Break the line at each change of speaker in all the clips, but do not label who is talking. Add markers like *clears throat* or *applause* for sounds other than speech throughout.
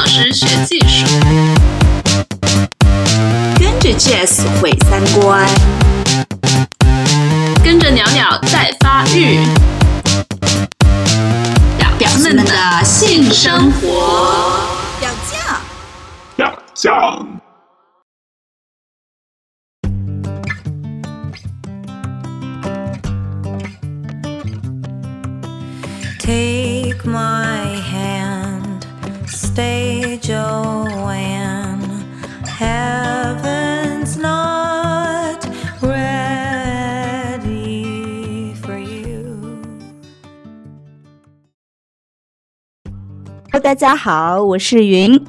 着技术，
跟着 Jazz 毁三观，
跟着袅袅在发育，
表
表
妹
妹
们
们
的
的
性
性
生
生
活
活。
表酱。
表酱。
Take my hand, stay Joanne. Heaven's not ready for you.
大家好，我是云。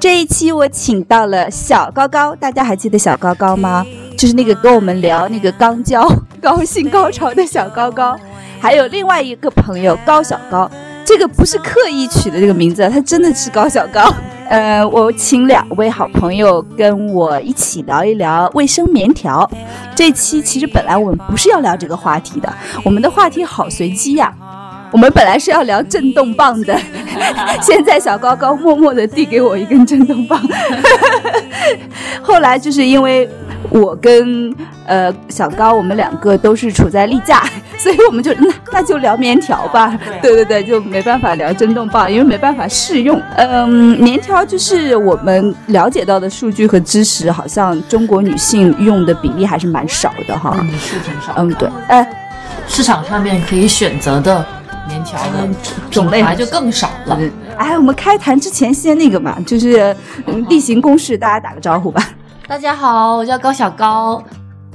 这一期我请到了小高高，大家还记得小高高吗？就是那个跟我们聊那个刚交、 *laughs* 高兴高潮的小高高，还有另外一个朋友高小高。这个不是刻意取的这个名字，他真的是高小高。 *laughs* 呃，我请两位好朋友跟我一起聊一聊卫生棉条。这期其实本来我们不是要聊这个话题的，我们的话题好随机呀、我们本来是要聊震动棒的， *laughs* 现在小高高默默的递给我一根震动棒。 *laughs* 后来就是因为我跟呃小高，我们两个都是处在例假， *laughs* 所以我们就那那就聊棉条吧。对对对，就没办法聊震动棒，因为没办法试用。嗯，棉条就是我们了解到的数据和知识，好像中国女性用的比例还是蛮少的哈。
嗯，是挺少。
嗯，对，哎，
市场上面可以选择的棉条的
种类
品牌
很
就更少了。
哎，我们开坛之前先那个嘛，就是嗯例行公事，大家打个招呼吧。
大家好，我叫高小高。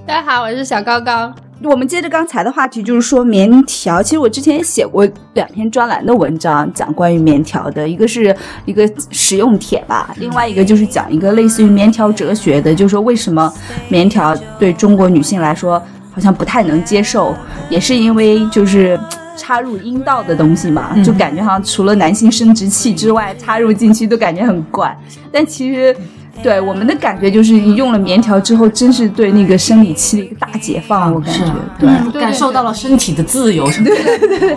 大家好，我是小高高。
我们接着刚才的话题，就是说棉条。其实我之前也写过两篇专栏的文章，讲关于棉条的，一个是一个使用帖吧，另外一个就是讲一个类似于棉条哲学的，就是说为什么棉条对中国女性来说好像不太能接受，也是因为就是。插入阴道的东西嘛，就感觉好像除了男性生殖器之外，插入进去都感觉很怪。但其实，对我们的感觉就是，用了棉条之后，真是对那个生理期的一个大解放，我感
是
觉
啊。
对，
对
感受到了身体的自由，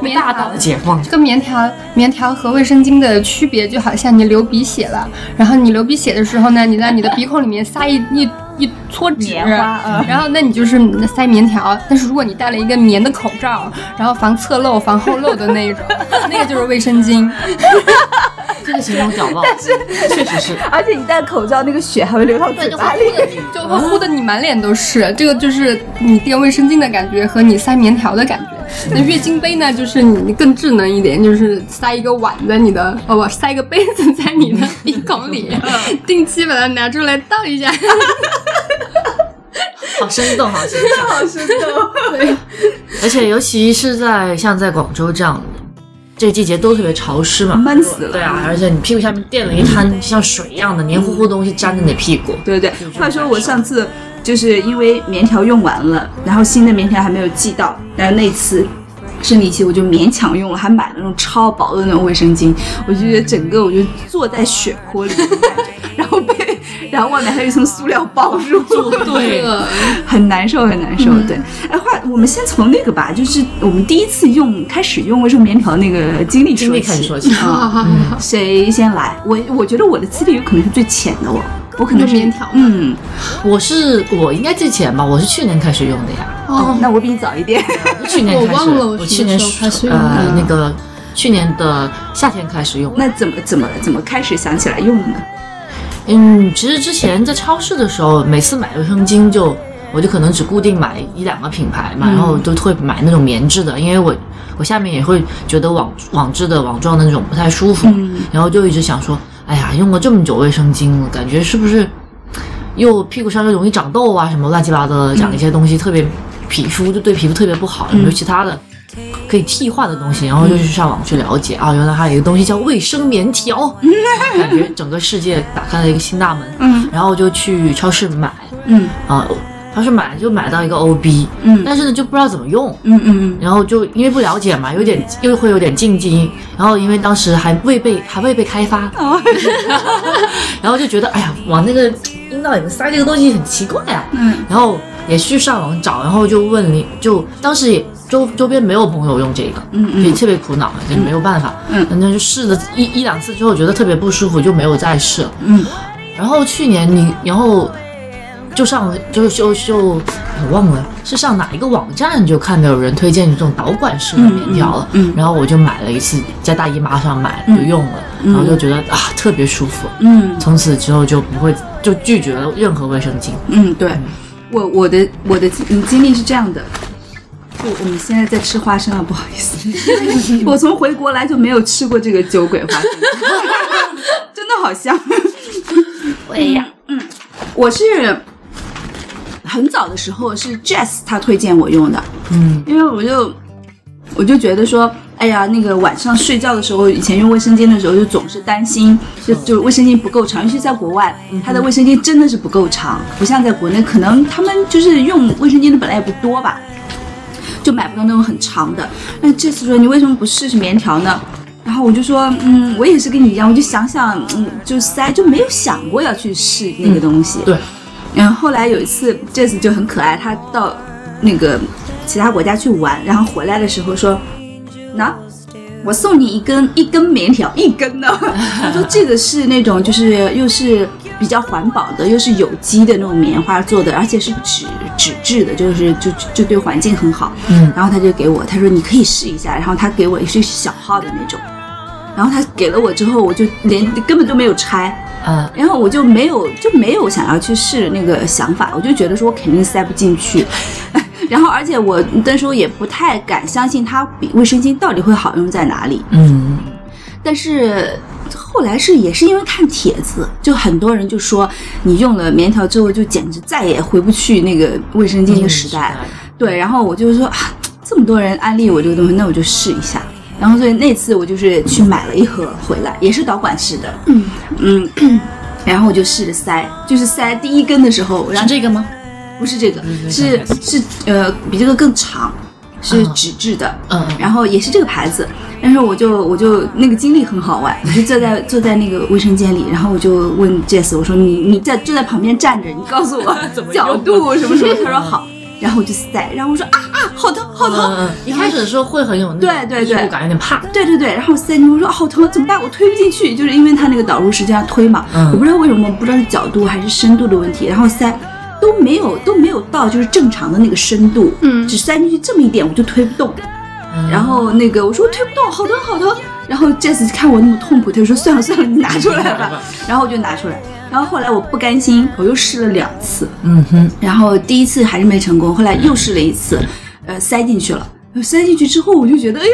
被大大的解放
这。个棉条，棉条和卫生巾的区别就好像你流鼻血了，然后你流鼻血的时候呢，你在你的鼻孔里面塞一一一撮纸，
棉花嗯
然后那你就是塞棉条。但是如果你戴了一个棉的口罩，然后防侧漏、防后漏的那一种，那个就是卫生巾。
*laughs* 这个形容屌爆，确实是。
而且你戴口罩，那个血还会流到嘴巴里。
*laughs* 就会呼的你满脸都是，这个就是你垫卫生巾的感觉和你塞棉条的感觉。那月经杯呢，就是你更智能一点，就是塞一个碗在你 *laughs* 的，哦不，塞一个杯子在你的鼻孔 *laughs* 里，定期把它拿出来倒一下。 *laughs*
好生动，好生动，好生动。 *laughs* 而且尤其是在像在广州这样的这个季节都特别潮湿嘛，
闷死了
对啊，而且你屁股下面垫了一滩像水一样的黏糊糊的东西粘着你的屁股，
对对
就是
对，
这种
话说
感
我
受
上次就是因为棉条用完了，然后新的棉条还没有寄到，然后那次。生理期我就勉强用了，还买了那种超薄的那种卫生巾，我就觉得整个我就坐在血泊里那种感觉，然后被，然后外面还有一层塑料包住，
对，嗯
很难受，很难受。对，哎，话我们先从那个吧，就是我们第一次用开始用卫生棉条那个经历
经
说
历开始
起。
说起。嗯
啊，谁先来？我我觉得我的资历有可能是最浅的哦，我可能是
用棉条
嗯，
我是我应该最前吧，我是去年开始用的呀，
哦，那我比你早一 *laughs* 点。
去年开始，
我忘了我
去年
什么时候开始用的
呃那个去年的夏天开始用的。
那怎么怎么怎么开始想起来用的呢？
嗯，其实之前在超市的时候，每次买卫生巾就我就可能只固定买一两个品牌嘛，然后就会买那种棉质的，因为我我下面也会觉得网网质的网状的那种不太舒服，然后就一直想说，哎呀，用了这么久卫生巾了，感觉是不是又屁股上又容易长痘啊，什么乱七八糟的，长一些东西特别皮肤就对皮肤特别不好，有没有其他的？可以替换的东西，然后就去上网去了解、啊，原来还有一个东西叫卫生棉条，感觉整个世界打开了一个新大门。嗯，然后就去超市买
嗯
啊，超市买就买到一个 OB，
嗯
但是呢就不知道怎么用，
嗯嗯
然后就因为不了解嘛，有点又会有点禁忌，然后因为当时还未被还未被开发，然后就觉得哎呀，往那个阴道里面塞这个东西很奇怪啊，
嗯
然后也去上网找，然后就问你就当时也周周边没有朋友用这个，
嗯嗯
所以特别苦恼，就没有办法，
嗯
反正就试了一一两次之后觉得特别不舒服，就没有再试了。
嗯，
然后去年你，然后就上了，就是就就我忘了是上哪一个网站就看到有人推荐这种导管式的棉条了，
嗯嗯嗯
然后我就买了一次，在大姨妈上买了就用了，然后就觉得啊特别舒服，
嗯
从此之后就不会就拒绝了任何卫生巾。
嗯，对，我我的我的经经历是这样的，就我们现在在吃花生啊，不好意 *laughs* 思，我从回国来就没有吃过这个酒鬼花 *laughs* 生，真的好香。嗯
喂呀，
我是很早的时候是 Jess 他推荐我用的，
嗯，
因为我就我就觉得说，哎呀，那个晚上睡觉的时候，以前用卫生巾的时候就总是担心，就就卫生巾不够长，尤其在国外，它的卫生巾真的是不够长，不像在国内，可能他们就是用卫生巾的本来也不多吧，就买不到那种很长的。那这次说你为什么不试试棉条呢？然后我就说，嗯，我也是跟你一样，我就想想，嗯，就塞，就没有想过要去试那个东西。
对，
然后后来有一次，这次就很可爱，他到那个其他国家去玩，然后回来的时候说：“那我送你一根一根棉条，一根呢。” *laughs* 他说：“这个是那种就是又是比较环保的，又是有机的那种棉花做的，而且是纸纸质的，就是就就就对环境很好。”
嗯
然后他就给我，他说：“你可以试一下。”然后他给我也是小号的那种。然后他给了我之后，我就连根本都没有拆，
呃，
然后我就没有就没有想要去试那个想法，我就觉得说我肯定塞不进去。 *laughs* 然后，而且我那时候也不太敢相信它比卫生巾到底会好用在哪里。
嗯，
但是后来是也是因为看帖子，就很多人就说你用了棉条之后，就简直再也回不去那个卫生巾那个时代。对，然后我就说啊，这么多人安利我这个东西，那我就试一下。然后所以那次我就是去买了一盒回来，也是导管式的，嗯嗯， *clears throat* 然后我就试着塞，就是塞第一根的时候，然后
这个吗？
不是这个，
嗯
是是呃比这个更长，是
嗯
纸质的，
嗯
然后也是这个牌子，但是我就我就那个经历很好玩，我就坐在坐在那个卫生间里，然后我就问 Jess 我说你你在就在旁边站着，你告诉
*laughs*
我角度什么什么，他说好，然后我就塞，然后我说啊啊好疼好疼，
嗯，一开始的时候会很有那
对对对
异物感，有点怕。
对对对，然后塞进去我说啊好疼，怎么办？我推不进去，就是因为它那个导入是这样推嘛，
嗯
我不知道为什么，不知道是角度还是深度的问题，然后塞都没有都没有到就是正常的那个深度，
嗯
只塞进去这么一点，我就推不动。
嗯
然后那个我说推不动，好疼好疼。然后 Jess 看我那么痛苦，他就说算了算了，你拿出来吧。然后我就拿出来，然后后来我不甘心，我又试了两次，
嗯哼，
然后第一次还是没成功，后来又试了一次，呃，塞进去了。塞进去之后，我就觉得，哎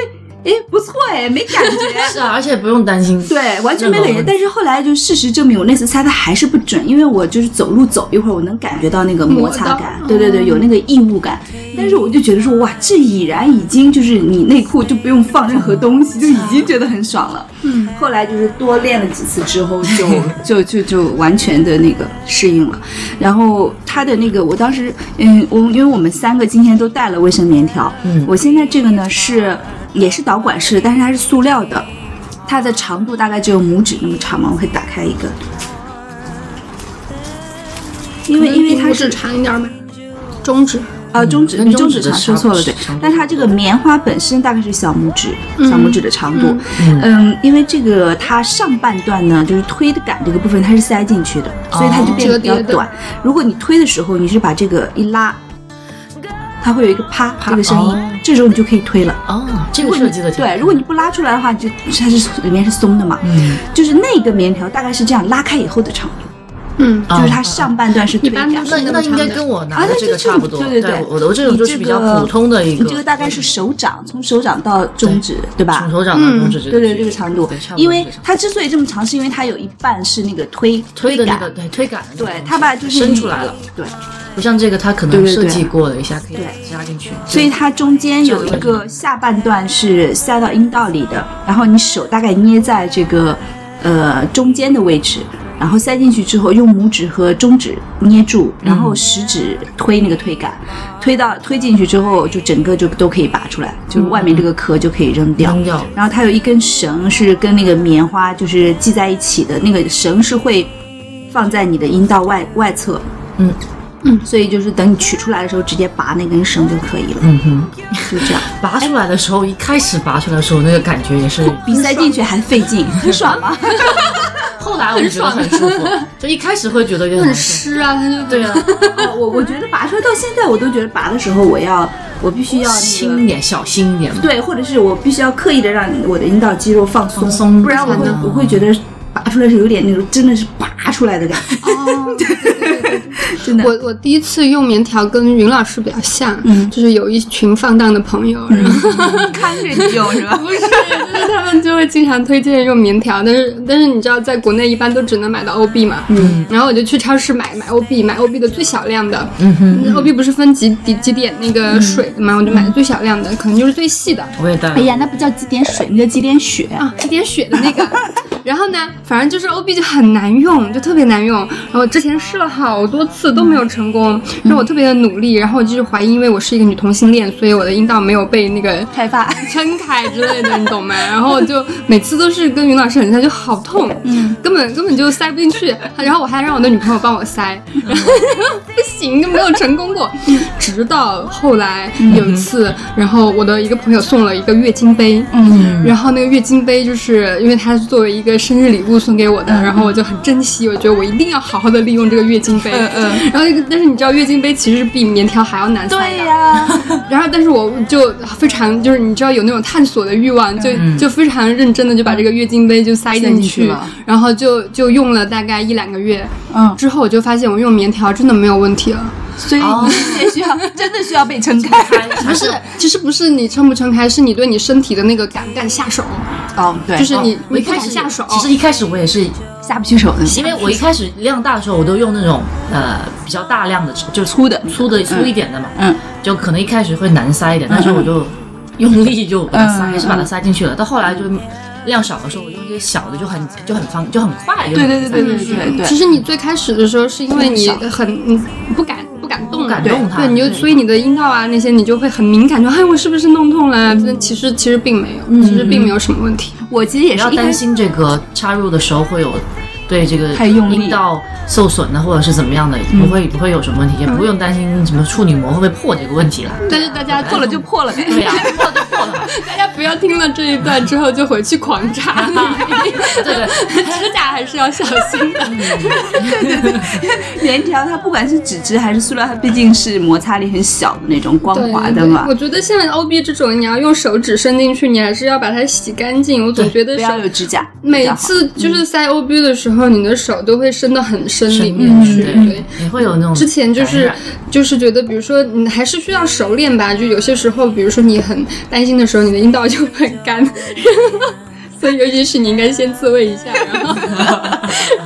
哎，不错哎，没感觉。
是啊，而且不用担心。
对，完全没感
任何
觉。
问题
但是后来就事实证明，我那次塞的还是不准，因为我就是走路走一会儿，我能感觉到那个摩擦感，
摸到嗯
对对对，有那个异物感。但是我就觉得说，哇，这已然已经就是你内裤就不用放任何东西，就已经觉得很爽了。
嗯，
后来就是多练了几次之后
*laughs*
就，就就就完全的那个适应了。然后它的那个，我当时嗯，我因为我们三个今天都带了卫生棉条，
嗯
我现在这个呢是也是导管式的，但是它是塑料的，它的长度大概只有拇指那么长嘛。我可以打开一个，因为因为它
拇
是
指长一点吗？中指，
呃，中指
跟
比
中
中
指
指
的
长，说
长
错了，对
长。度
但它这个棉花本身大概是小拇指，
嗯
小拇指的长度。
嗯
嗯，因为这个它上半段呢，就是推的感这个部分，它是塞进去的，所以它就变得比较
折叠的
短。如果你推的时候，你是把这个一拉，它会有一个啪这个声音
哦，
这时候你就可以推了。
哦，这
如
个
果你
设计的挺
对，如果你不拉出来的话，你就它是里面是松的嘛，
嗯
就是那个棉条大概是这样拉开以后的长度，
嗯，
哦
就是它上半段是推
一般
感
都是
那那应该跟我拿的这个差不多，
啊那就是对对对
我的我这种就是比较普通的一嗯
你这个大概是手掌，从手掌到中指，对吧嗯
从？手掌到中指这个
对
距
对，
离，
这个长度
对差，不多
因为
这个长度
它之所以这么长，是因为它有一半是那个推
推的那个
杆，
对推杆的那个东西，
对，它把就是
伸出来了，，
对，
不像这个它可
对
能
对对
设计过了一下可以
对
加进去，
所以它中间有一个下半段是塞到阴道里的，然后你手大概捏在这个呃中间的位置，然后塞进去之后，用拇指和中指捏住，然后食指推那个推杆，推到推进去之后，就整个就都可以拔出来，就是外面这个壳就可以扔掉。
扔掉
然后它有一根绳是跟那个棉花就是系在一起的，那个绳是会放在你的阴道外外侧，
嗯，
嗯，所以就是等你取出来的时候，直接拔那根绳就可以了，
嗯哼，
就这样。
拔出来的时候，一开始拔出来的时候那个感觉也是，
*laughs* 比塞进去还费劲， *laughs* 很爽吗？
后来我就觉得很舒服，就一开始会觉得有点
很
难受。
湿啊，它就
对啊，
哦我我觉得拔出来到现在，我都觉得拔的时候，我要我必须要那
轻
个
一点，小心一点嘛。
对，或者是我必须要刻意的让我的阴道肌肉放松，
放松
不然我会
才能
我会觉得拔出来是有点那种真的是拔出来的感觉，
哦，对对对对对
真的。
我我第一次用棉条跟云老师比较像，
嗯
就是有一群放荡的朋友，然后
*laughs* 看着你用是吧？
不是，就是他们就会经常推荐用棉条，但是但是你知道，在国内一般都只能买到 OB 嘛，嗯，然后我就去超市买买 OB，买 OB 的最小量的，嗯哼，OB 不是分几几几点那个
嗯
水的嘛，我就买的最小量的，可能就是最细的，
我也带了
哎，呀，那不叫几点水，那叫几点血。
啊，一点血的那个。然后呢，反正就是 OB 就很难用，就特别难用。然后我之前试了好多次都没有成功，然后我特别的努力，然后我就是怀疑，因为我是一个女同性恋，所以我的阴道没有被那个
开发，
撑开之类的，你懂吗？然后就每次都是跟云老师很像，就好痛，嗯，根本根本就塞不进去。然后我还让我的女朋友帮我塞， *laughs* 然后不行，就没有成功过。直到后来有一次，然后我的一个朋友送了一个月经杯，嗯，然后那个月经杯就是因为它是作为一个生日礼物送给我的，然后我就很珍惜，我觉得我一定要好好的利用这个月经杯，嗯嗯。然后那个但是你知道月经杯其实比棉条还要难塞的，
呀，
然后，但是我就非常就是你知道有那种探索的欲望，就、就非常认真的就把这个月经杯就塞进
进去了
然后就就用了大概一两个月，
嗯，
之后我就发现我用棉条真的没有问题了。
所以
哦
你也需要， *laughs* 真的需要被撑开。
不是，其实不是你撑不撑开，是你对你身体的那个敢不敢下手，
哦，对
就是你、
我
你
一
不
开
敢
始
下手。
其实一开始我也是，
下不去手的，
因为我一开始量大的时候，我都用那种呃比较大量的，就是
粗的
粗的、粗一点的嘛，
嗯，
就可能一开始会难塞一点，
嗯
但是我就用力就把它塞，还是把它塞进去了。到后来就量少的时候，我用一些小的就很就很方就很快，
对对对对对对对
其实你最开始的时候是因为你
不
很你不敢不敢动，
不敢动它
对，你就
对
所以你的阴道啊那些你就会很敏感，说哎我是不是弄痛了啊？但其实其实并没有，其实并没有什么问题。
我其实也
不
是
要
一开
担
始
心这个插入的时候会有对这个
太用力嗯
阴道受损的或者是怎么样的，不会不会有什么问题，也不用担心什么处女膜会不会破这个
*laughs*
问题了。
但是大家做了就
破 *laughs* 了呗。
对呀、 *laughs* 破就破了嘛。
大家不要听了这一段之后就回去狂扎， *laughs* 对
对，
*laughs* 指甲还是要小心的。
棉条它不管是纸质还是塑料，它毕竟是摩擦力很小的那种光滑的嘛
我。觉得像 O B 这种，你要用手指伸进去，你还是要把它洗干净。我总觉得
不
手
要有指甲，
每次就是塞 O B 的时候，你的手都会伸到很深里面
面
去。
嗯对
嗯
对，，
也会有那种
之前就
感
是
染
就是觉得，比如说你还是需要熟练吧。就有些时候，比如说你很担心的时候，你的阴道就很 *laughs* 干，所以也许你应该先自慰一下，然后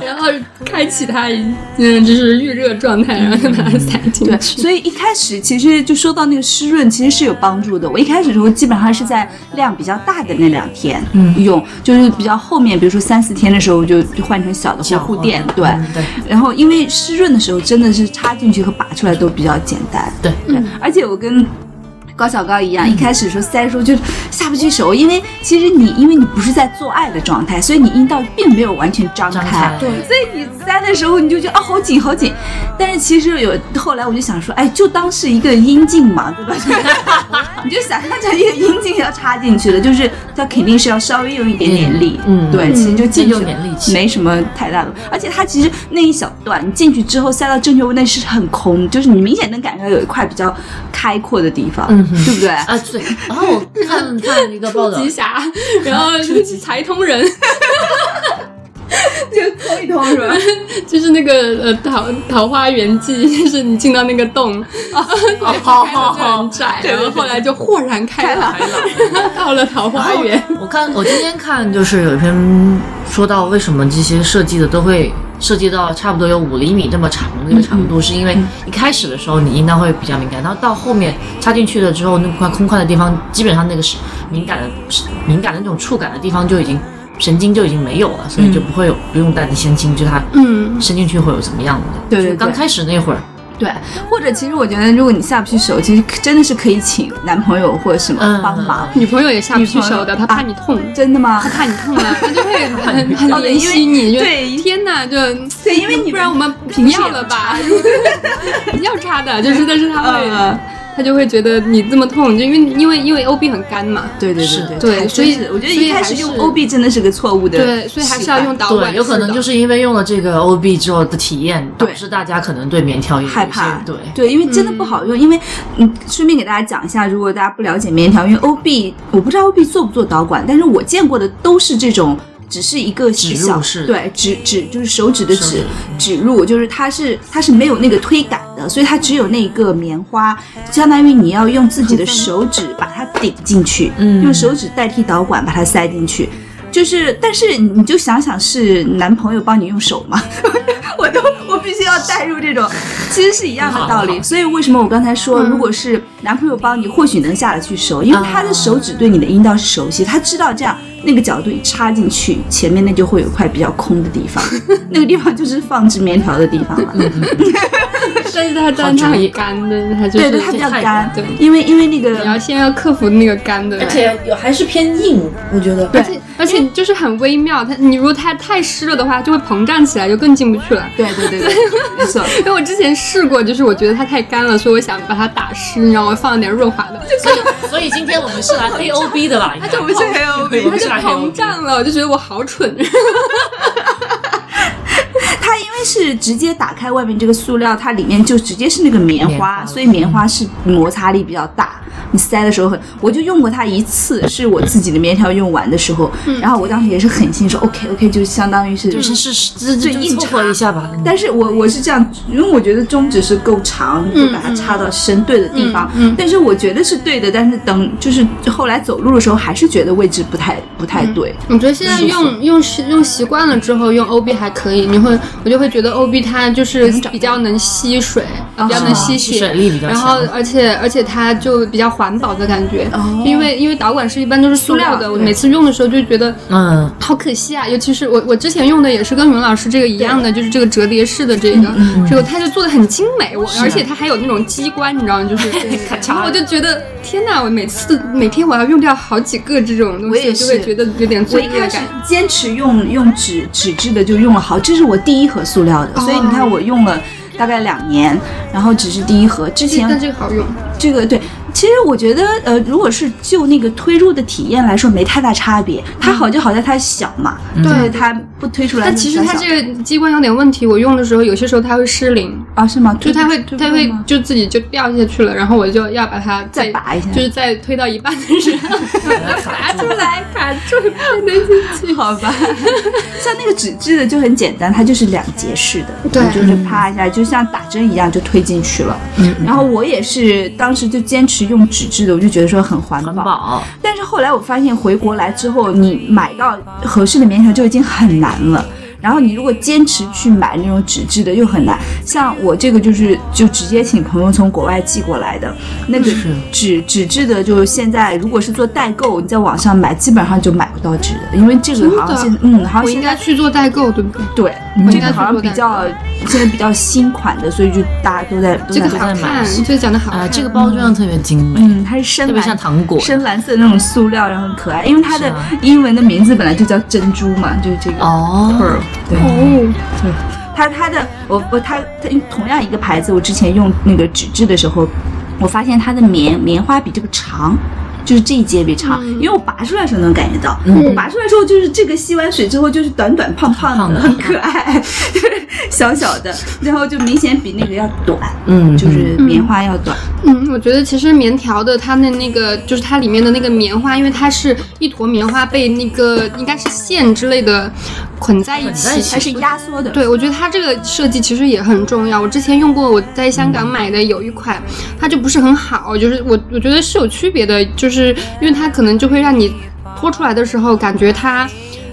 然后开启它一嗯就是预热状态，然后再把它塞进
对，
去。
所以一开始其实就说到那个湿润，其实是有帮助的。我一开始的时候基本上是在量比较大的那两天
嗯
用，就是比较后面，比如说三四天的时候就就换成小的
小
或护垫，对。
嗯对
然后因为湿润的时候真的是插进去和拔出来都比较简单，
对
对。而且我跟高小高一样，一开始的时候塞的时候就下不去手，因为其实你因为你不是在做爱的状态，所以你阴道并没有完全张
张开
对，所以你塞的时候你就觉得啊、好紧好紧，但是其实有后来我就想说，哎，就当是一个阴茎嘛，对吧？ *laughs* 你就想象成一个阴茎要插进去了，就是它肯定是要稍微用一点点力，
嗯嗯
对，其实就进去了嗯
用点力气
没什么太大的，而且它其实那一小段你进去之后塞到正确位那是很空，就是你明显能感觉到有一块比较开阔的地方，
嗯哼
对不
*laughs*
对？
啊对。然后我看看一个报道
吉， *laughs* 侠，然后财通人，
就通一通是吧？
就是那个呃《桃桃花源记》，就是你进到那个洞，好哦好好，很窄，然后后来就豁然开朗， *laughs* 到了桃花源。
我看我今天看就是有一篇说到为什么这些设计的都会涉及到差不多有五厘米这么长的一个长度，是因为一开始的时候你阴道会比较敏感，然后到后面插进去了之后，那块空旷的地方基本上那个是敏感的敏感的那种触感的地方就已经神经就已经没有了，所以就不会有不用担心，就它
嗯，
伸进去会有怎么样的。
对对对
就刚开始那会儿，
*laughs* 对，或者其实我觉得，如果你下不去手，其实真的是可以请男朋友或者什么
嗯
帮忙。
女朋友也下不去手的，她怕你痛，
真的吗
她？怕你痛了，她就会很很
哦对
怜惜你，
因
就
为对
天哪，就
对因为你们
不然我们
平
不
时也
要了吧，不 *laughs* 要插的，就是但是她会
嗯，
她就会觉得你这么痛，就因为因为因为 OB 很干嘛，
对对
是
对
对
还
所以
真是我觉得
所以
一开
还
始用
是
OB 真的是个错误的习惯，
对，所以还是要用导
对，
管式的，
有可能就是因为用了这个 OB 之后的体验，导
对
致大家可能对棉条有一些
害怕，
对，
因为真的不好用。因为嗯，顺便给大家讲一下，如果大家不了解棉条，因为 OB 我不知道 OB 做不做导管，但是我见过的都是这种。只是一个
植入
小
式的
对指指就是手指的
手指
指指入，就是它是它是没有那个推杆的，所以它只有那个棉花，相当于你要用自己的手指把它顶进去，
嗯
用手指代替导管把它塞进去。就是，但是你就想想是男朋友帮你用手吗？ *laughs* 我都我必须要带入这种，其实是一样的道
很好嗯
理。所以为什么我刚才说，如果是男朋友帮你，或许能下得去手，因为他的手指对你的阴道是熟悉，他知道这样那个角度一插进去，前面那就会有块比较空的
*laughs*
地方，那个地方就是放置棉条的地方了。
*laughs*
嗯
但是它但是它
好主意
很干的，它就是
对对，它比较
太
干
对，
因为因为那个
你要先要克服那个干的，
而且有还是偏硬，我觉得。
而且而且就是很微妙，它你如果太太湿了的话，就会膨胀起来，就更进不去了。
对对对对，没错。
*laughs* 因为我之前试过，就是我觉得它太干了，所以我想把它打湿，你知道吗？放点润滑
*laughs*
的，
所以今天我们是来黑 OB 的吧？应该
就不是黑
我
它
们是
就
来黑 OB
膨胀了，我就觉得我好蠢。 *laughs*
它因为是直接打开外面这个塑料，它里面就直接是那个棉
棉
花，
花
所以棉花是摩擦力比较大。你塞的时候很，我就用过它一次，是我自己的棉条用完的时候，然后我当时也是狠心说 OK OK，就相当于是
嗯就是是是
最
这
硬
这凑
茬
合一下吧。
但是我我是这样，因为我觉得中指是够长，就
嗯
把它插到深对的地方。但是我觉得是对的，但是等就是后来走路的时候，还是觉得位置不太不太
嗯
对。
我觉得现在用用习用习惯了之后，用 OB 还可以，你会我就会觉得 OB 它就是比较能吸水，比较能吸
吸水
血。
力比较
然
强
后，，而且而且它就比较环保的感觉，
哦
因为因为导管是一般都是塑料
塑
的，
料
我
对
每次用的时候就觉得
嗯，
好可惜啊！尤其是我，我之前用的也是跟云老师这个一样的，就是这个折叠式的这个，这个它就做的很精美，我而且它还有那种机关，你知道吗？就是，然后我就觉得天哪，我每次每天我要用掉好几个这种东
我
西，
也
就是会觉得有点
我
罪
一
恶
开始
感。
坚持用用纸纸质的就用了好，这是我第一盒塑料的，所以你
哦
看我用了大概两年，然后只是第一盒。之前
但这个好用，
这个对，其实我觉得，呃，如果是就那个推入的体验来说，没太大差别。它好就好在它小嘛，对，它不推出来
嗯但
就
其
小
实
小。
它这个机关有点问题，我用的时候有些时候它会失灵，
啊是吗？
就
推
它会
推不
它
动
会
吗
就自己就掉下去了，然后我就要把它
再拔一下
就是再推到一半的时候拔出来，卡住，不能进去，好吧？
像那个纸质的就很简单，它就是两节式的，
对
你就是啪一下，就像打针一样就推进去了。
嗯
然后我也是当时就坚持用纸质的，我就觉得说很环
环保，
但是后来我发现回国来之后，你买到合适的棉条就已经很难了。然后你如果坚持去买那种纸质的又很难，像我这个就是就直接请朋友从国外寄过来的，那个纸纸质的，就是现在如果是做代购，你在网上买基本上就买不到纸的，因为这个好像
真
现嗯好
我
像
应
现
该
在
去做代购，对不对？
对
我
这
应该
个
去
好像
做
比
代
较现在比较新款的，所以就大家都在都
这
在
个好
买。
看，这个讲的好看。
啊，这个包装特别精美，
嗯，它是深
特别
蓝
像糖果。
深蓝色那种塑料，然后很可爱，因为它
是
的
啊
英文的名字本来就叫珍珠嘛，就是这个。
哦，
对，
哦，
它它的我我它它用同样一个牌子，我之前用那个纸质的时候，我发现它的棉棉花比这个长。就是这一节比长，因为我拔出来的时候能感觉到，我拔出来的时候就是这个吸完水之后就是短短胖胖的，
胖
很可爱， *laughs* 小小的，然后就明显比那个要短，
嗯，
就是棉花要短。
嗯，我觉得其实棉条的它的那个就是它里面的那个棉花，因为它是一坨棉花被那个应该是线之类的捆在一
捆在一
起
起。
它是压缩的，
对，我觉得它这个设计其实也很重要。我之前用过，我在香港买的有一款，它就不是很好，就是我我觉得是有区别的，就是因为它可能就会让你脱出来的时候感觉它，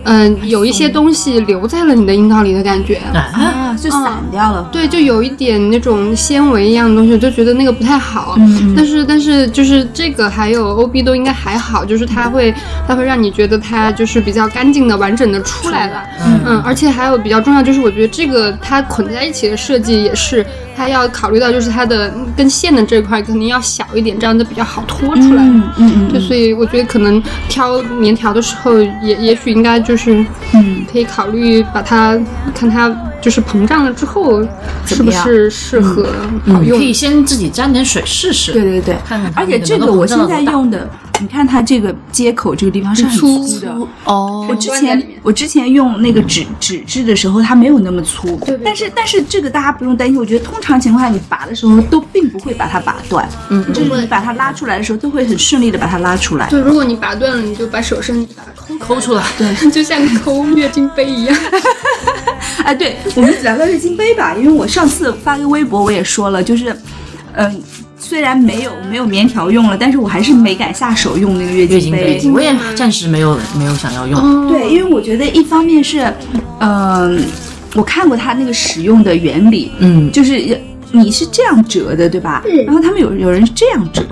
嗯、有一些东西留在了你的阴道里的感觉。
啊，
啊，就散掉了。
对，就有一点那种纤维一样的东西，我就觉得那个不太好。但是但是就是这个还有 O B 都应该还好，就是它会它会让你觉得它就是比较干净的、完整的出来了。
嗯
嗯，而且还有比较重要就是，我觉得这个它捆在一起的设计也是它要考虑到就是它的嗯跟线的这一块可能要小一点，这样子比较好拖出来。
嗯嗯
就所以我觉得可能挑棉条的时候也，也许应该就是，
嗯，
可以考虑把它看它就是膨胀了之后是
么
不
样
是适合
嗯
好
你
用。
可以先自己沾点水试试，
对对对，
看看它
而且
那
这个
能够
我
膨胀
现
到
在
多大
用的，你看它这个接口这个地方是很粗
粗
的。
哦
我之
关在里
前
面
我之前用那个纸纸质的时候，它没有那么粗，但是但是这个大家不用担心，我觉得通常情况下你拔的时候都并不会把它拔断，嗯，就是你把它拉出来的时候都会很顺利的把它拉出来。
就如果你拔断了，你就把手伸把它抠
抠出来，
来， *laughs* 就像抠
*laughs*
月经杯一样。
哎，对，我们聊聊月经杯吧，因为我上次发个微博我也说了，就是，嗯、虽然没有没有棉条用了，但是我还是没敢下手用那个月
月
经
经
杯
杯，我也暂时没有没有想要用。
哦
*laughs* 嗯
对，因为我觉得一方面是，嗯、我看过它那个使用的原理，
嗯，
就是你是这样折的，对吧？嗯、然后他们有有人是这样折，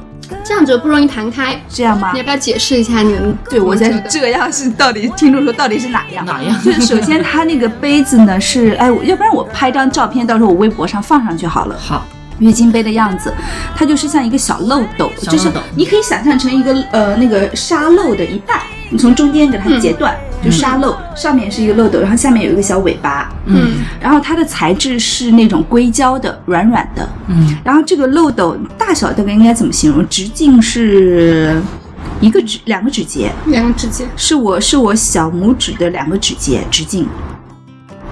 这样折不容易弹开。
这样吗
你要？不要解释一下你们
对，我在
觉得
这样是到底听众说到底是哪样？
哪样
*laughs* 就是首先它那个杯子呢是，哎，我要不然我拍张照片，到时候我微博上放上去好了。
好，
月经杯的样子，它就是像一个小漏斗，
小
就是
漏斗
你可以想象成一个呃那个沙漏的一半，你从中间给它截断，
嗯
就沙漏，上面是一个漏斗，然后下面有一个小尾巴，
嗯，
然后它的材质是那种硅胶的，软软的，
嗯，
然后这个漏斗大小大概应该怎么形容？直径是一个指两个指节，
两个指节，
是我是我小拇指的两个指节直径，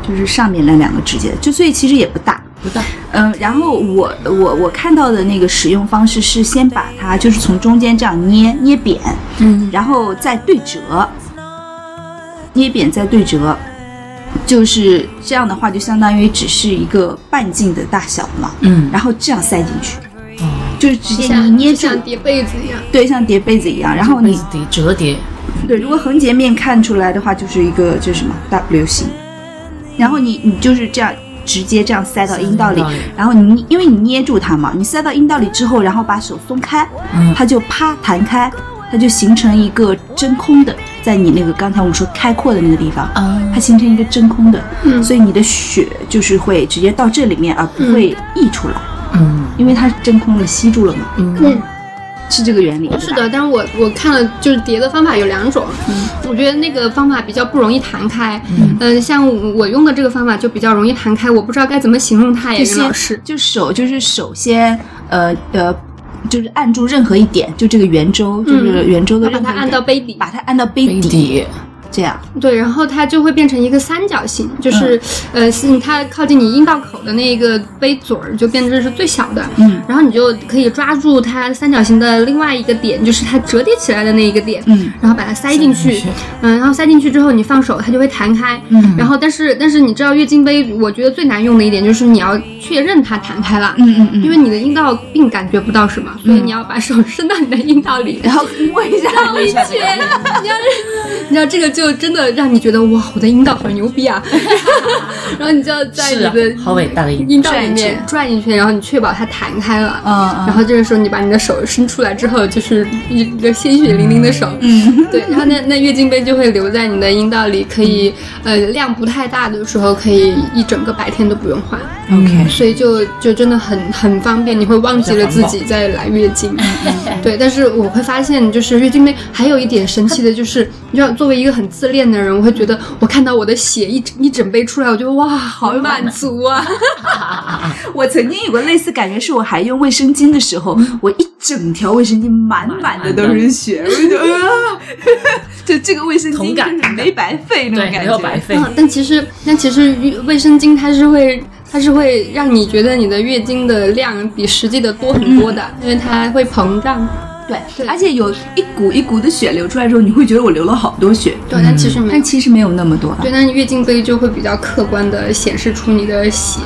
就是上面那两个指节，就所以其实也不大，
不大。
嗯，然后我我我看到的那个使用方式是先把它就是从中间这样捏捏扁，嗯，然后再对折，捏扁再对折，就是这样的话就相当于只是一个半径的大小嘛，
嗯，
然后这样塞进去，就是直接你
像
捏住，
像叠被子一样。
对，像叠被子一样，然后
被
你
子叠折叠，
对，如果横截面看出来的话，就是一个就是什么 W 型，然后你你就是这样直接这样塞到阴道里
塞到阴道里，
然后你因为你捏住它嘛，你塞到阴道里之后，然后把手松开，
嗯
它就啪弹开，它就形成一个真空的，在你那个刚才我们说开阔的那个地方，
嗯
它形成一个真空的，
嗯
所以你的血就是会直接到这里面，而不会溢出来，
嗯
因为它是真空的吸住了嘛，
嗯，
是这个原理，对
是
吧
的，但是我我看了，就是叠的方法有两种，我觉得那个方法比较不容易弹开，嗯、像我用的这个方法就比较容易弹开，我不知道该怎么形容它，
就
也云老师
先，就手就是手先呃呃，就是按住任何一点，就这个圆周，就是圆周的
把
任何
它
一点，
按到杯底，
嗯把它按到杯
杯
底，
底，
这样
对，然后它就会变成一个三角形，就是、呃，是它靠近你阴道口的那个杯嘴儿就变成是最小的，
嗯，
然后你就可以抓住它三角形的另外一个点，就是它折叠起来的那一个点，
嗯，
然后把它塞进去，嗯，然后塞进去之后你放手，它就会弹开，嗯，然后但是但是你知道月经杯，我觉得最难用的一点就是你要确认它弹开了，
嗯嗯嗯，
因为你的阴道并感觉不到什么，所以你要把手伸到你的阴道里，
然后摸一下，
绕一圈，你要是你知道这个就真的让你觉得哇，我的阴道好牛逼啊！然后你就要在你
是啊
的
好伟大的一
阴道里面转一圈，然后你确保它弹开了。
嗯
然后这个时候，你把你的手伸出来之后，就是一个鲜血淋淋的手，
嗯，
对。然后那那月经杯就会留在你的阴道里，可以，呃，量不太大的时候，可以一整个白天都不用换，
嗯
嗯
，OK，
所以就就真的很很方便，你会忘记了自己在来月经。
嗯
对，但是我会发现，就是月经杯还有一点神奇的，就是你知道，作为一个很自恋的人，我会觉得我看到我的血一整一整杯出来，我就哇，好满足啊！
我曾经有过类似感觉，是我还用卫生巾的时候，我一整条卫生巾满满的都是血，我就觉得啊， *laughs* 就这个卫生巾
同感
就是没白费那
对，
种
没
感
有
觉，
白费。
嗯，但其实但其实月卫生巾它是会。它是会让你觉得你的月经的量比实际的多很多的，因为它会膨胀。
对，
对
而且有一股一股的血流出来之后，你会觉得我流了好多血，
对，嗯但其实没有
但。其实没有那么多了
对，但月经杯就会比较客观的显示出你的血。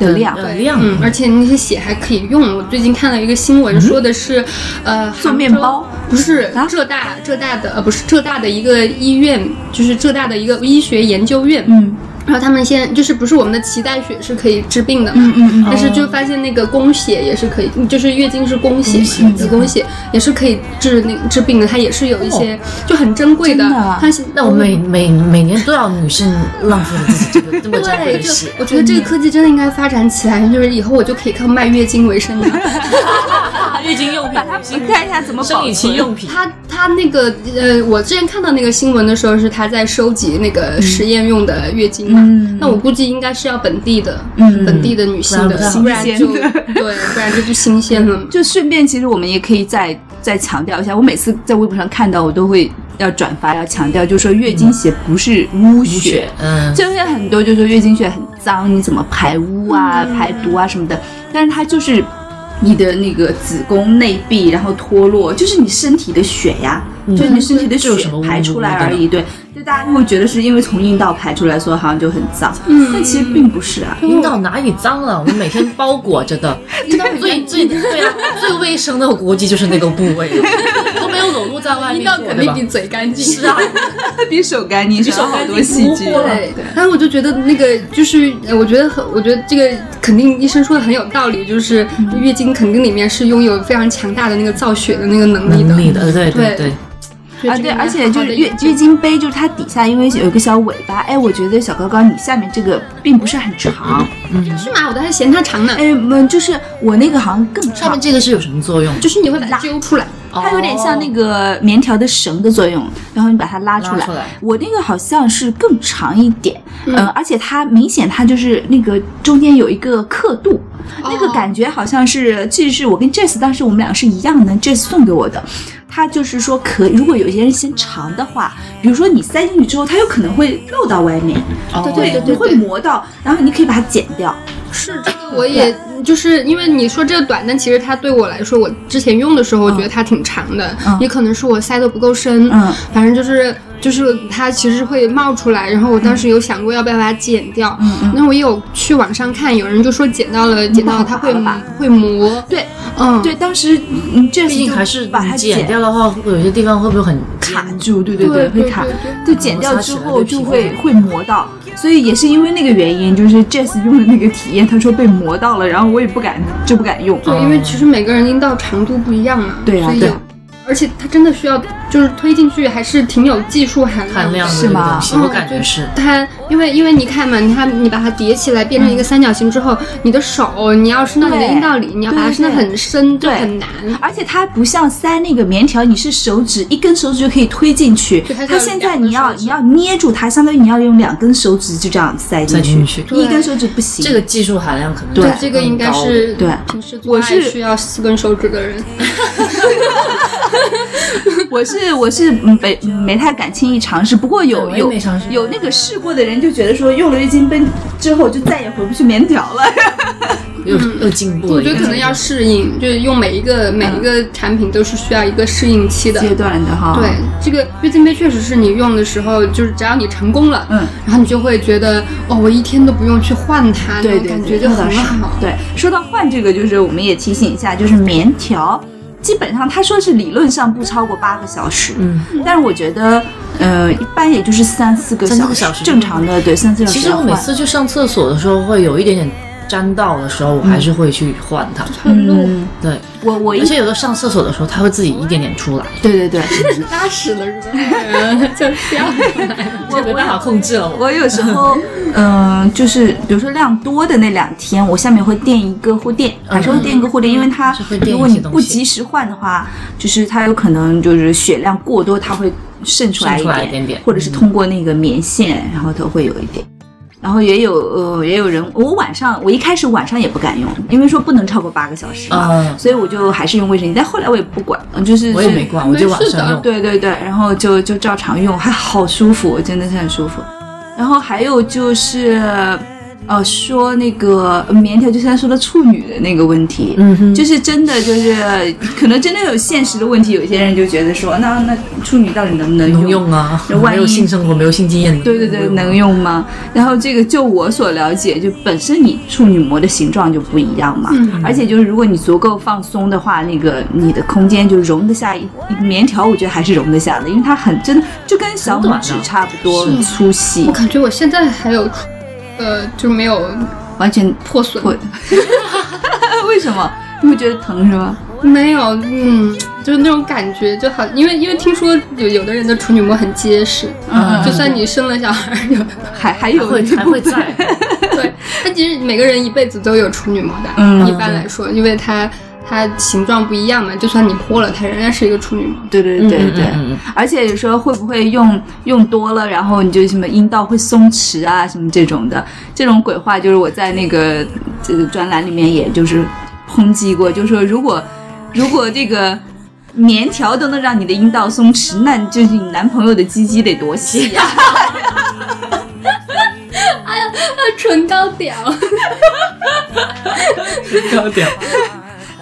的量。
呃量
嗯，而且那些血还可以用。我最近看了一个新闻，说的是，呃，
做
杭州
面包
不是
啊
浙大浙大的呃不是浙大的一个医院，就是浙大的一个医学研究院，
嗯，
然后他们先就是不是我们的脐带血是可以治病的嘛，
嗯嗯
但是就发现那个宫血也是可以，就是月经是宫血
宫
嘛，
血哦
子宫血也是可以治那治病的，它也是有一些就很珍贵的
真的啊。
它是
那我每每每年都要女性浪费了自己这个这么珍贵
对，
的
就
事，
我觉得这个科技真的应该发展起来，就是以后我就可以靠卖月经为 *laughs* 生了。
月经用品、
你看一下怎么保
生理期
存。
用品，
他他那个呃，我之前看到那个新闻的时候，是他在收集那个实验用的月经嘛。
嗯
那我估计应该是要本地的，
嗯
本地的女性的，
不
不
然
然
不太好
就
*laughs*
对，不然这就新鲜了嘛。
就顺便，其实我们也可以再再强调一下，我每次在微博上看到，我都会要转发，要强调，就是说月经血不是污
贫
血，
血，嗯，
就现很多就说月经血很脏，你怎么排污啊、排毒啊什么的，但是它就是你的那个子宫内壁，然后脱落，就是你身体的血呀，就是你身体的
这有什
血
么
排出来
污污的
而已。对，就大家就会觉得是因为从阴道排出来，所以好像就很脏，
嗯
但其实并不是啊。
阴道哪里脏了？我们每天包裹着
*laughs*
的，
阴道很
最
干
最对啊，最卫生的我估计就是那个部位了，都没有裸露在外
阴
面
道
过，
肯
对
定
吧
比？嘴干净。 *laughs*
是啊，
比手干净，少好多细菌。
对，但是我就觉得那个就是，呃我觉得很，我觉得这个肯定医生说的很有道理，就是
嗯
月经肯定里面是拥有非常强大的那个造血的那个能力的。
能力的，对
对
对，
所以
啊，对，
这个应该
而且就
好好
是
地
月月经杯，就是它底下因为有一个小尾巴，哎，我觉得小高高你下面这个并不是很长，
是吗？我都还嫌它长呢，
哎，嗯，就是我那个好像更
上
长
面，这个是有什么作用？
就是你会把哦它揪出来。
它有点像那个棉条的绳的作用，然后你把它拉出
哦拉
来。
出来
我那个好像是更长一点，嗯、而且它明显它就是那个中间有一个刻度，那个感觉好像是，其实是我跟 Jess 当时我们俩是一样的，Jess 送给我的。它就是说可，如果有些人嫌长的话，比如说你塞进去之后，它有可能会漏到外面，
哦
对对对，会磨到，然后你可以把它剪掉。
是这个，我也就是因为你说这个短，但其实它对我来说，我之前用的时候，我觉得它挺长的，
嗯
也可能是我塞的不够深，
嗯
反正就是就是它其实会冒出来，然后我当时有想过要不要把它剪掉，
嗯嗯，
那我也有去网上看，有人就说剪到了，剪到了它会
不好拔了
会磨，
对
嗯，
对，当时嗯，Jess
毕竟
就
还是
把它
剪掉的话，会有些地方会不会很
卡住，对对
对
对，
对
会卡
对。
就剪掉之后就会会磨到，所以也是因为那个原因，就是 Jess 用的那个体验，他说被磨到了，然后我也不敢就不敢用。
对，因为其实每个人阴道长度不一样嘛，
对啊
所以
对啊
而且它真的需要就是推进去还是挺有技术含量
含量的
是
这个
吗
东西？
嗯
我感觉是。
它，因为因为你看嘛，你看你把它叠起来变成一个三角形之后，你的手你要伸到你的
嗯对
阴道里，你要把它
对
伸得
对
很深，就
对
很难。
嗯而且它不像塞那个棉条，你是手指一根手指就可以推进去
对它，是
它现在
两根
你要
手指
你要捏住它，相当于你要用两根手指就这样塞进
塞进
去，
去
一根手指不行。
这个技术含量可能
对
更
这个应该
高
是
对
平时做
我
爱
是
需要四根手指的人，
我是我是没没太敢轻易尝试，不过有
我也
有
没尝试
有那个试过的人就觉得说用了月经杯之后就再也回不去棉条了。
又又进步了。
我觉得可能要适应，就是用每一个每一个产品都是需要一个适应期的。
嗯阶段啊的哈，
对，这个月经杯确实是你用的时候，就是只要你成功了，
嗯，
然后你就会觉得哦，我一天都不用去换它，
对
那
对，
种感
对
觉就
那倒
很
是
好。
对， *laughs* 说到换这个，就是我们也提醒一下，就是棉条，基本上他说是理论上不超过八个小时，
嗯，
但是我觉得，呃，一般也就是三四个
三四
小
个
时，
小时
正常的，对，三四个小时
嗯其实
要
我
换。
每次去上厕所的时候，会有一点点沾到的时候，我还是会去换它。
嗯，
对，
我我一
而且有的时候上厕所的时候，它会自己一点点出来，
对对对，
拉屎了是吧？ *laughs* 就掉了。
我
这没办法控制了。我
我有时 *laughs* 候，嗯、就是比如说量多的那两天，我下面会垫一个护垫，还是会垫一个护垫，因为它
嗯是会垫一些
如果你
东
不
西
及时换的话，就是它有可能就是血量过多，它会渗出来一
渗出
点，
来一点点
或者是通过那个棉线，然后它会有一点。然后也有呃，也有人，我晚上我一开始晚上也不敢用，因为说不能超过八个小时嘛，
嗯
所以我就还是用卫生巾。但后来我也不管，嗯就是
我也没管，我就晚上用。
对对对，然后就就照常用，还好舒服，真的是很舒服。然后还有就是，呃，说那个呃棉条，就像说的处女的那个问题，嗯哼，就是真的就是可能真的有现实的问题，有些人就觉得说，那那处女到底能不能
能用啊，
那万一
没有性生活，没有性经验，
对对对，能用吗？然后这个就我所了解，就本身你处女膜的形状就不一样嘛，而且就是如果你足够放松的话，那个你的空间就容得下一棉条，我觉得还是容得下的，因为它很真，就跟小拇指
很短啊
差不多
是
粗细
我。感觉我现在还有处呃，就没有
完全
破损，
破。 *laughs* 为什么？你会觉得疼是吧？
没有，嗯，就是那种感觉就好，因为因为听说有有的人的处女膜很结实，
嗯
就算你生了小孩儿，有 *laughs*
还还有
会
这
还
部
会
分
在，
对，它其实每个人一辈子都有处女膜的，
嗯
一般来说，因为它它形状不一样嘛，就算你破了，它仍然是一个处女膜。
*laughs* 对对对对
嗯
对。
嗯嗯
而且有时候会不会用用多了，然后你就什么阴道会松弛啊，什么这种的，这种鬼话就是我在那个这个专栏里面也就是抨击过，就说如果如果这个棉条都能让你的阴道松弛，那你就是你男朋友的鸡鸡得多细
*laughs*
啊！
唇膏屌，
嗯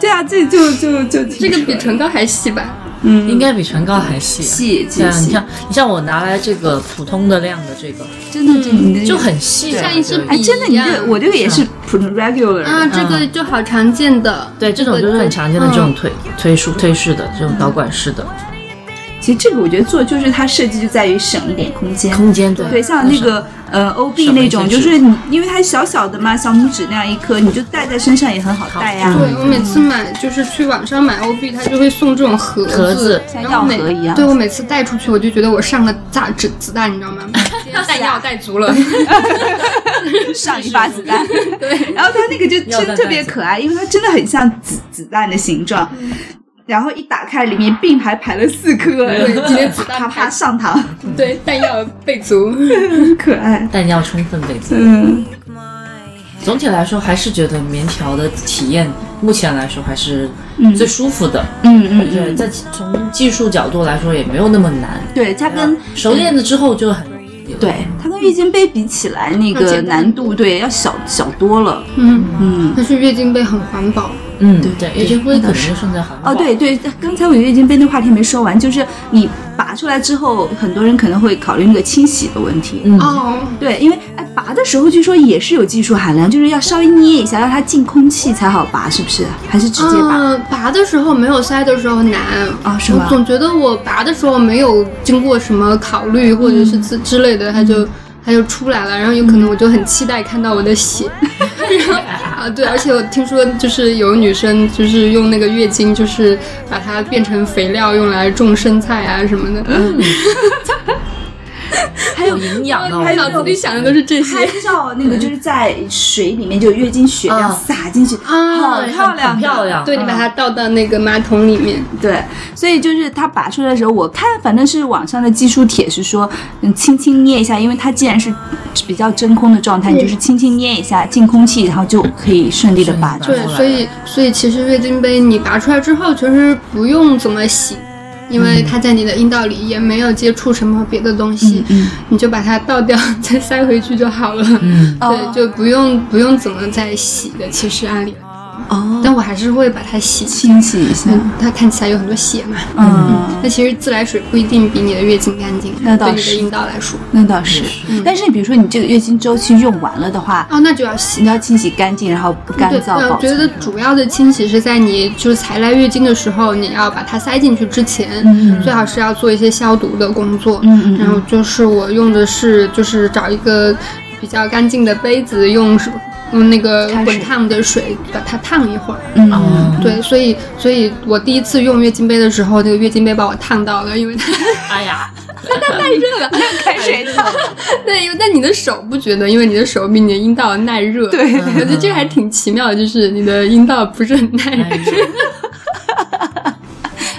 对啊，这就就就
这个比唇膏还细吧？
嗯应该比唇膏还细。
细
对
极
啊，你
细，
像你像我拿来这个普通的量的这个
真的就你的
就很细啊，
像一支
对
哎，真的你这我这个也是普通 regular
啊，
的，
这个就好常见的。
对嗯这种就是很常见的这种推推术推式的这种导管式的
其实这个我觉得做就是它设计就在于省一点空间，
空间，对
对，像那个呃 OB 那种，
省一些
就是你因为它小小的嘛，小拇指那样一颗，你就戴在身上也很好戴啊
嗯
呀、
对我每次买就是去网上买 OB，它就会送这种盒子，
盒子
像
然后每
药盒一样
对我每次带出去，我就觉得我上了炸子子弹，你知道吗？今天带药带足了，
上一发子弹。
对，
然后它那个就真的特别可爱，因为它真的很像子子弹的形状。然后一打开，里面并排排了四颗，
对今天子弹
啪啪
排
上膛，
对，弹药备足。
很 *laughs* 可爱。
弹药充分备足。
嗯，
总体来说，还是觉得棉条的体验目前来说还是最舒服的。
嗯嗯嗯
对，在从技术角度来说也没有那么难。
对，它跟
熟练了之后就很容易了。
对它跟月经杯比起来，那
要
个
简单
难度对要小小多了。
嗯，
嗯，
但是月经杯很环保，
嗯
对
对，月经杯可能就剩在韩国。
哦，对对，刚才我月经杯那话题没说完，就是你拔出来之后，很多人可能会考虑那个清洗的问题。
嗯
哦，
对，因为哎，拔的时候据说也是有技术含量，就是要稍微捏一下，让它进空气才好拔，是不是？还是直接
啊
拔？
嗯拔的时候没有塞的时候难
啊是吗
我总觉得我拔的时候没有经过什么考虑或者是
嗯
之之类的，它就它就出来了，然后有可能我就很期待看到我的
*laughs*
血。然后啊，对，而且我听说就是有女生就是用那个月经，就是把它变成肥料用来种生菜啊什么的。
嗯
*laughs*
还有
营养哦
我脑子里想的都是这些
拍 *laughs* 照那个就是在水里面，就月经血这样
啊
洒进去，好
啊
漂亮，
很漂。亮。
对你把它倒到那个马桶里面，
对，所以就是它拔出来的时候，我看反正是网上的技术帖是说，嗯，轻轻捏一下，因为它既然是比较真空的状
嗯
态，你就是轻轻捏一下进空气，然后就可以顺利的拔出
顺利拔出
来。
对，所以所以其实月经杯你拔出来之后，其实不用怎么洗，因
嗯
为它在你的阴道里也没有接触什么别的东
嗯
西，你就把它倒掉再塞回去就好了。
嗯，
哦
对，就不用不用怎么再洗的。其实按理来说，
哦，
但我还是会把它洗清。
清洗一下，
嗯，它看起来有很多血嘛，
嗯，
那其实自来水不一定比你的月经干净，
那倒
对你
是
的阴道来说，
那倒是。但是你比如说你这个月经周期用完了的话，
哦，那就要洗
你。要清洗干净，然后不干
对，
燥
我
保
觉
存。
得主要的清洗是在你就是才来月经的时候，你要把它塞进去之前，最好是要做一些消毒的工作。
嗯嗯嗯
然后就是我用的是就是找一个比较干净的杯子，用水用那个
开水
滚烫的水把它烫一会儿。
嗯，
哦，
对，所以所以我第一次用月经杯的时候，那个月经杯把我烫到了，因为 *laughs* 它
哎
*laughs*
呀，
太热了。 *laughs*
开水烫，
对，因为但你的手不觉得，因为你的手比你的阴道耐热。嗯
对
我觉得这还挺奇妙的，就是你的阴道不是很耐热。
哎呀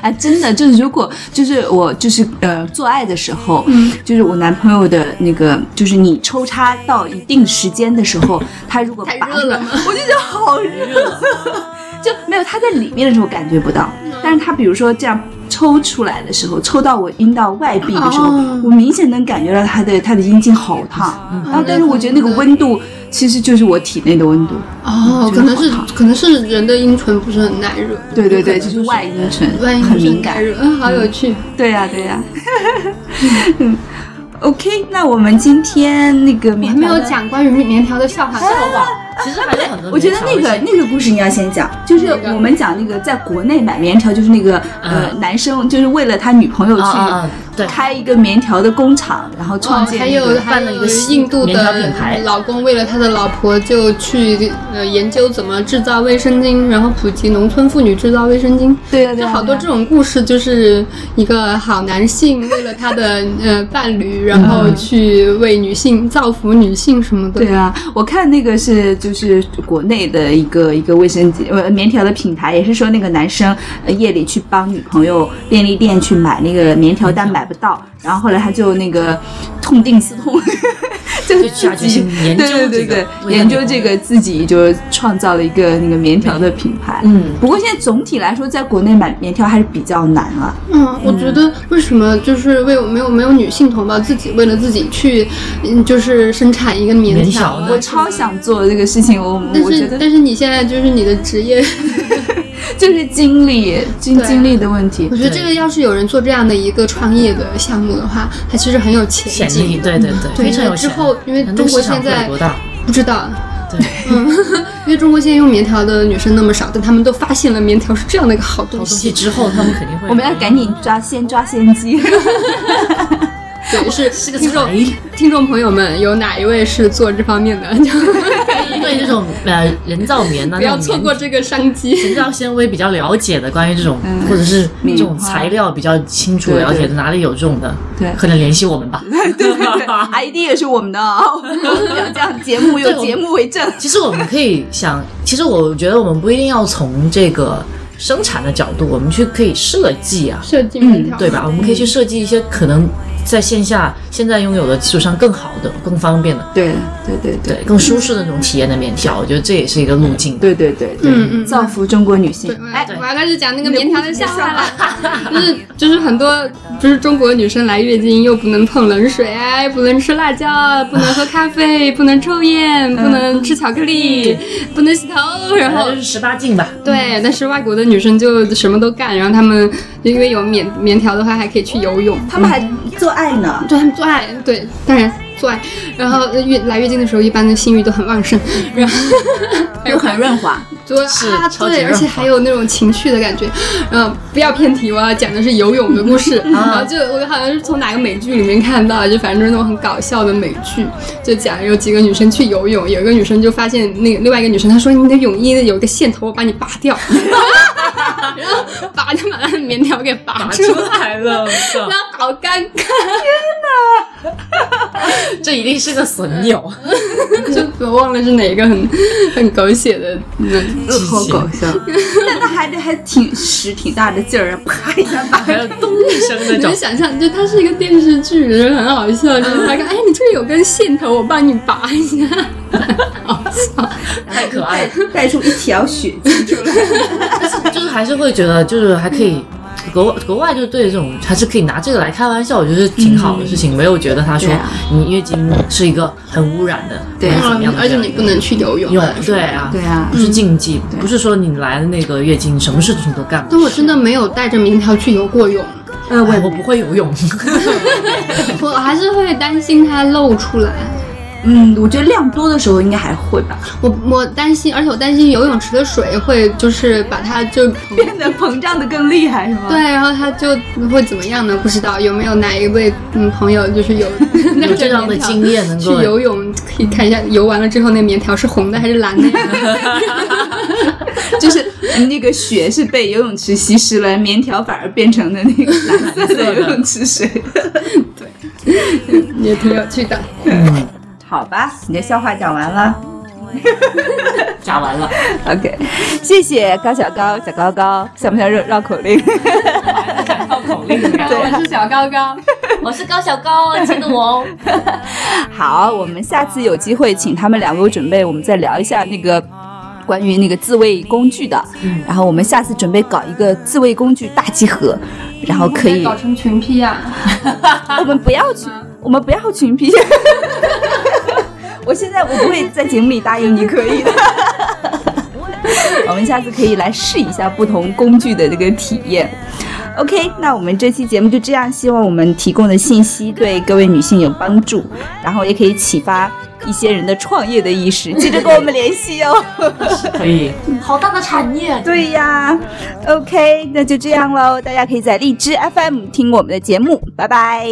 哎，真的就是，如果就是我就是呃做爱的时候，嗯，就是我男朋友的那个，就是你抽插到一定时间的时候，他如果
太
拔
热了
出来我就觉得好热，啊就没有他在里面的时候感觉不到，
嗯
但是他比如说这样抽出来的时候，抽到我阴道外壁的时候，
哦嗯
我明显能感觉到他的他的阴茎好烫，然后但是我觉得那个温度其实就是我体内的温度，
哦，
嗯觉得
可能
好
是
烫
可能是人的阴唇不是很耐热，
对对
嗯
对，就是外阴唇
万一
很
是
敏感
耐。热，嗯，好有趣。
对呀、对呀、嗯，OK，那我们今天那个
我还
棉
没
条啊
有
的，
讲关于棉条的笑话，笑话
啊其实还有很多。
我觉得那个那个故事你要先讲，就是我
嗯
们讲那个在国内买棉条，就是那个呃男生就是为了他女朋友
啊啊
去
啊，对
开一个棉条的工厂，然后创
哦，
建
还
一个、
有还
办了一
有
个新
印度
棉条
的
品牌
老公为了他的老婆就去呃研究怎么制造卫生巾，然后普及农村妇女制造卫生巾。
对呀对
就
呀
好多
对呀
这种故事，就是一个好男性为了他的呃伴侣，然后去为女性造福女性什么
嗯
的。
对啊，我看那个是就是国内的一个一个卫生巾呃棉条的品牌，也是说那个男生呃夜里去帮女朋友便利店去买那个棉条，但买不到，
嗯
然后后来他就那个痛定思痛， *laughs* 就
就下决
自己
心研究
*laughs* 对对对
这个
对
为了女朋友
研究这个自己就创造了一个那个棉条的品牌。
嗯，
不过现在总体来说，在国内买棉条还是比较难啊。
嗯，我觉得为什么就是为没有没有女性同胞自己为了自己去，嗯，就是生产一个棉
棉
条
条呢
我
我超想做这个事情，我
但
我觉
是
得
但是你现在就是你的职业，
就是精力精
啊
对
精力的问题
我。觉得这个要是有人做这样的一个创业的项目的话，它其实很有前
潜
景。
力，对对对，
对
非常有
之
潜力。
后因为
人
中
类
国
市场
现在
会有多大？
不知道，
对，
嗯， *laughs* 因为中国现在用棉条的女生那么少，但他们都发现了棉条是这样的一个好
好
东
东
西
西。之后他们肯定会。
我们要赶紧抓，先抓先 *laughs* 机。
对，是
这个
听
才
众听众朋友们，有哪一位是做这方面的， *laughs* 就
对这种呃人造棉呢，
不要
那种
错
棉
过这个商机。
人造纤维比较了解的，关于这种、
嗯
或者是这种材料比较清楚了解的，哪里有这种的，
对
可能联系我们
*laughs*
吧。
对对对，ID 也是我们的啊、我们讲这样节目有节目为证。
其实我们可以想，其实我觉得我们不一定要从这个生产的角度，我们去可以设计啊，
设计棉条，
对吧？我们可以去设计一些可能在线下现在拥有的基础上更好的、更方便的、
对对对对
对更舒适的那种体验的棉条，我觉得这也是一个路径。
对对对对，
嗯嗯
造福中国女性
对，。我
哎
要，我要开始讲那个棉条的笑话了，就是 *laughs* 就是很多就是中国女生来月经又不能碰冷水啊，又不能吃辣椒啊，不能喝咖啡，不能抽烟，不能吃巧克力，不能洗头，然
然后
后
就是十八禁吧，
对，但是外国的女生就什么都干，然后她们因为有棉棉条的话，还可以去游泳，
他们还做爱呢。
对她们做爱，对，当然做爱，然后呃月来月经的时候，一般的性欲都很旺盛，然后还有
很润滑，
对
是
啊，
超级
对，
热
而且还有那种情趣的感觉。嗯，不要偏题，我要讲的是游泳的
*laughs*
故事。然后就我好像是从哪个美剧里面看到，就反正就是那种很搞笑的美剧，就讲有几个女生去游泳，有一个女生就发现那个另外一个女生，她说你的泳衣有一个线头，我把你拔掉， *laughs* 然后拔就把那棉条给拔
拔
啊出
出
*laughs* 来。
来了，我靠
那好尴尬，
这一定是个损友。
就我忘了是哪一个很很狗血的那
好搞笑。但他还得还挺使挺大的劲儿，啪一下把。
还有
*laughs*
咚一声那
你
种
能，想象，就它是一个电视剧，就是很好笑，就是他看，哎，你这里有根线头，我帮你拔一下， *laughs* 好笑。
*laughs* 太可爱了。
带出一条血迹出来，
就是还是会觉得，就是还可以，国国外就对这种还是可以拿这个来开玩笑，我觉得是挺好的事情，没有觉得他说
对啊
你月经是一个很污染的，
对
或者怎么样的
啊而且你不能去游泳
用，。对啊，
对啊
不是禁忌
对，
不是说你来的那个月经什么事情都干。
但我真的没有带着棉条去游过泳，
呃，
哎
我
我不会游泳，
我还是会担心它露出来。
嗯，我觉得量多的时候应该还会吧，
我我担心，而且我担心游泳池的水会就是把它 *laughs* 就
*laughs* 变得膨胀的更厉害是吗？
对，然后它就会怎么样呢？不知道有没有哪一位嗯朋友就是 *laughs* 有带
有
着
这样的
棉条
经验能
去
够
游泳可以看一下，游完了之后那棉条是红的还是蓝的呀？ *laughs*
就是那个血是被游泳池稀释了，棉条反而变成了那个蓝色的游泳池水。
也挺有趣的。
好吧，你的笑话讲完了。
讲完了，
OK，谢谢高小高、小高高，像不像绕绕口令？
喊绕口令。
我是小高高，
*laughs* 我是高小高，记得我
*laughs*
哦。
好，我们下次有机会请他们两位，我准备我们再聊一下那个。关于那个自卫工具的，
嗯
然后我们下次准备搞一个自卫工具大集合，然后可
嗯
以
嗯搞成群批啊！
*laughs*
我们不要群，我们不要群批。我现在我不会在节目里答应你可以的。
*laughs* 我们下次可以来试一下不同工具的这个体验。OK，那我们这期节目就这样，希望我们提供的信息对各位女性有帮助，然后也可以启发一些人的创业的意识。记得跟我们联系哦。 *laughs*
可以。
好大的产业，啊
对呀，OK，那就这样喽，大家可以在荔枝 FM 听我们的节目，拜拜。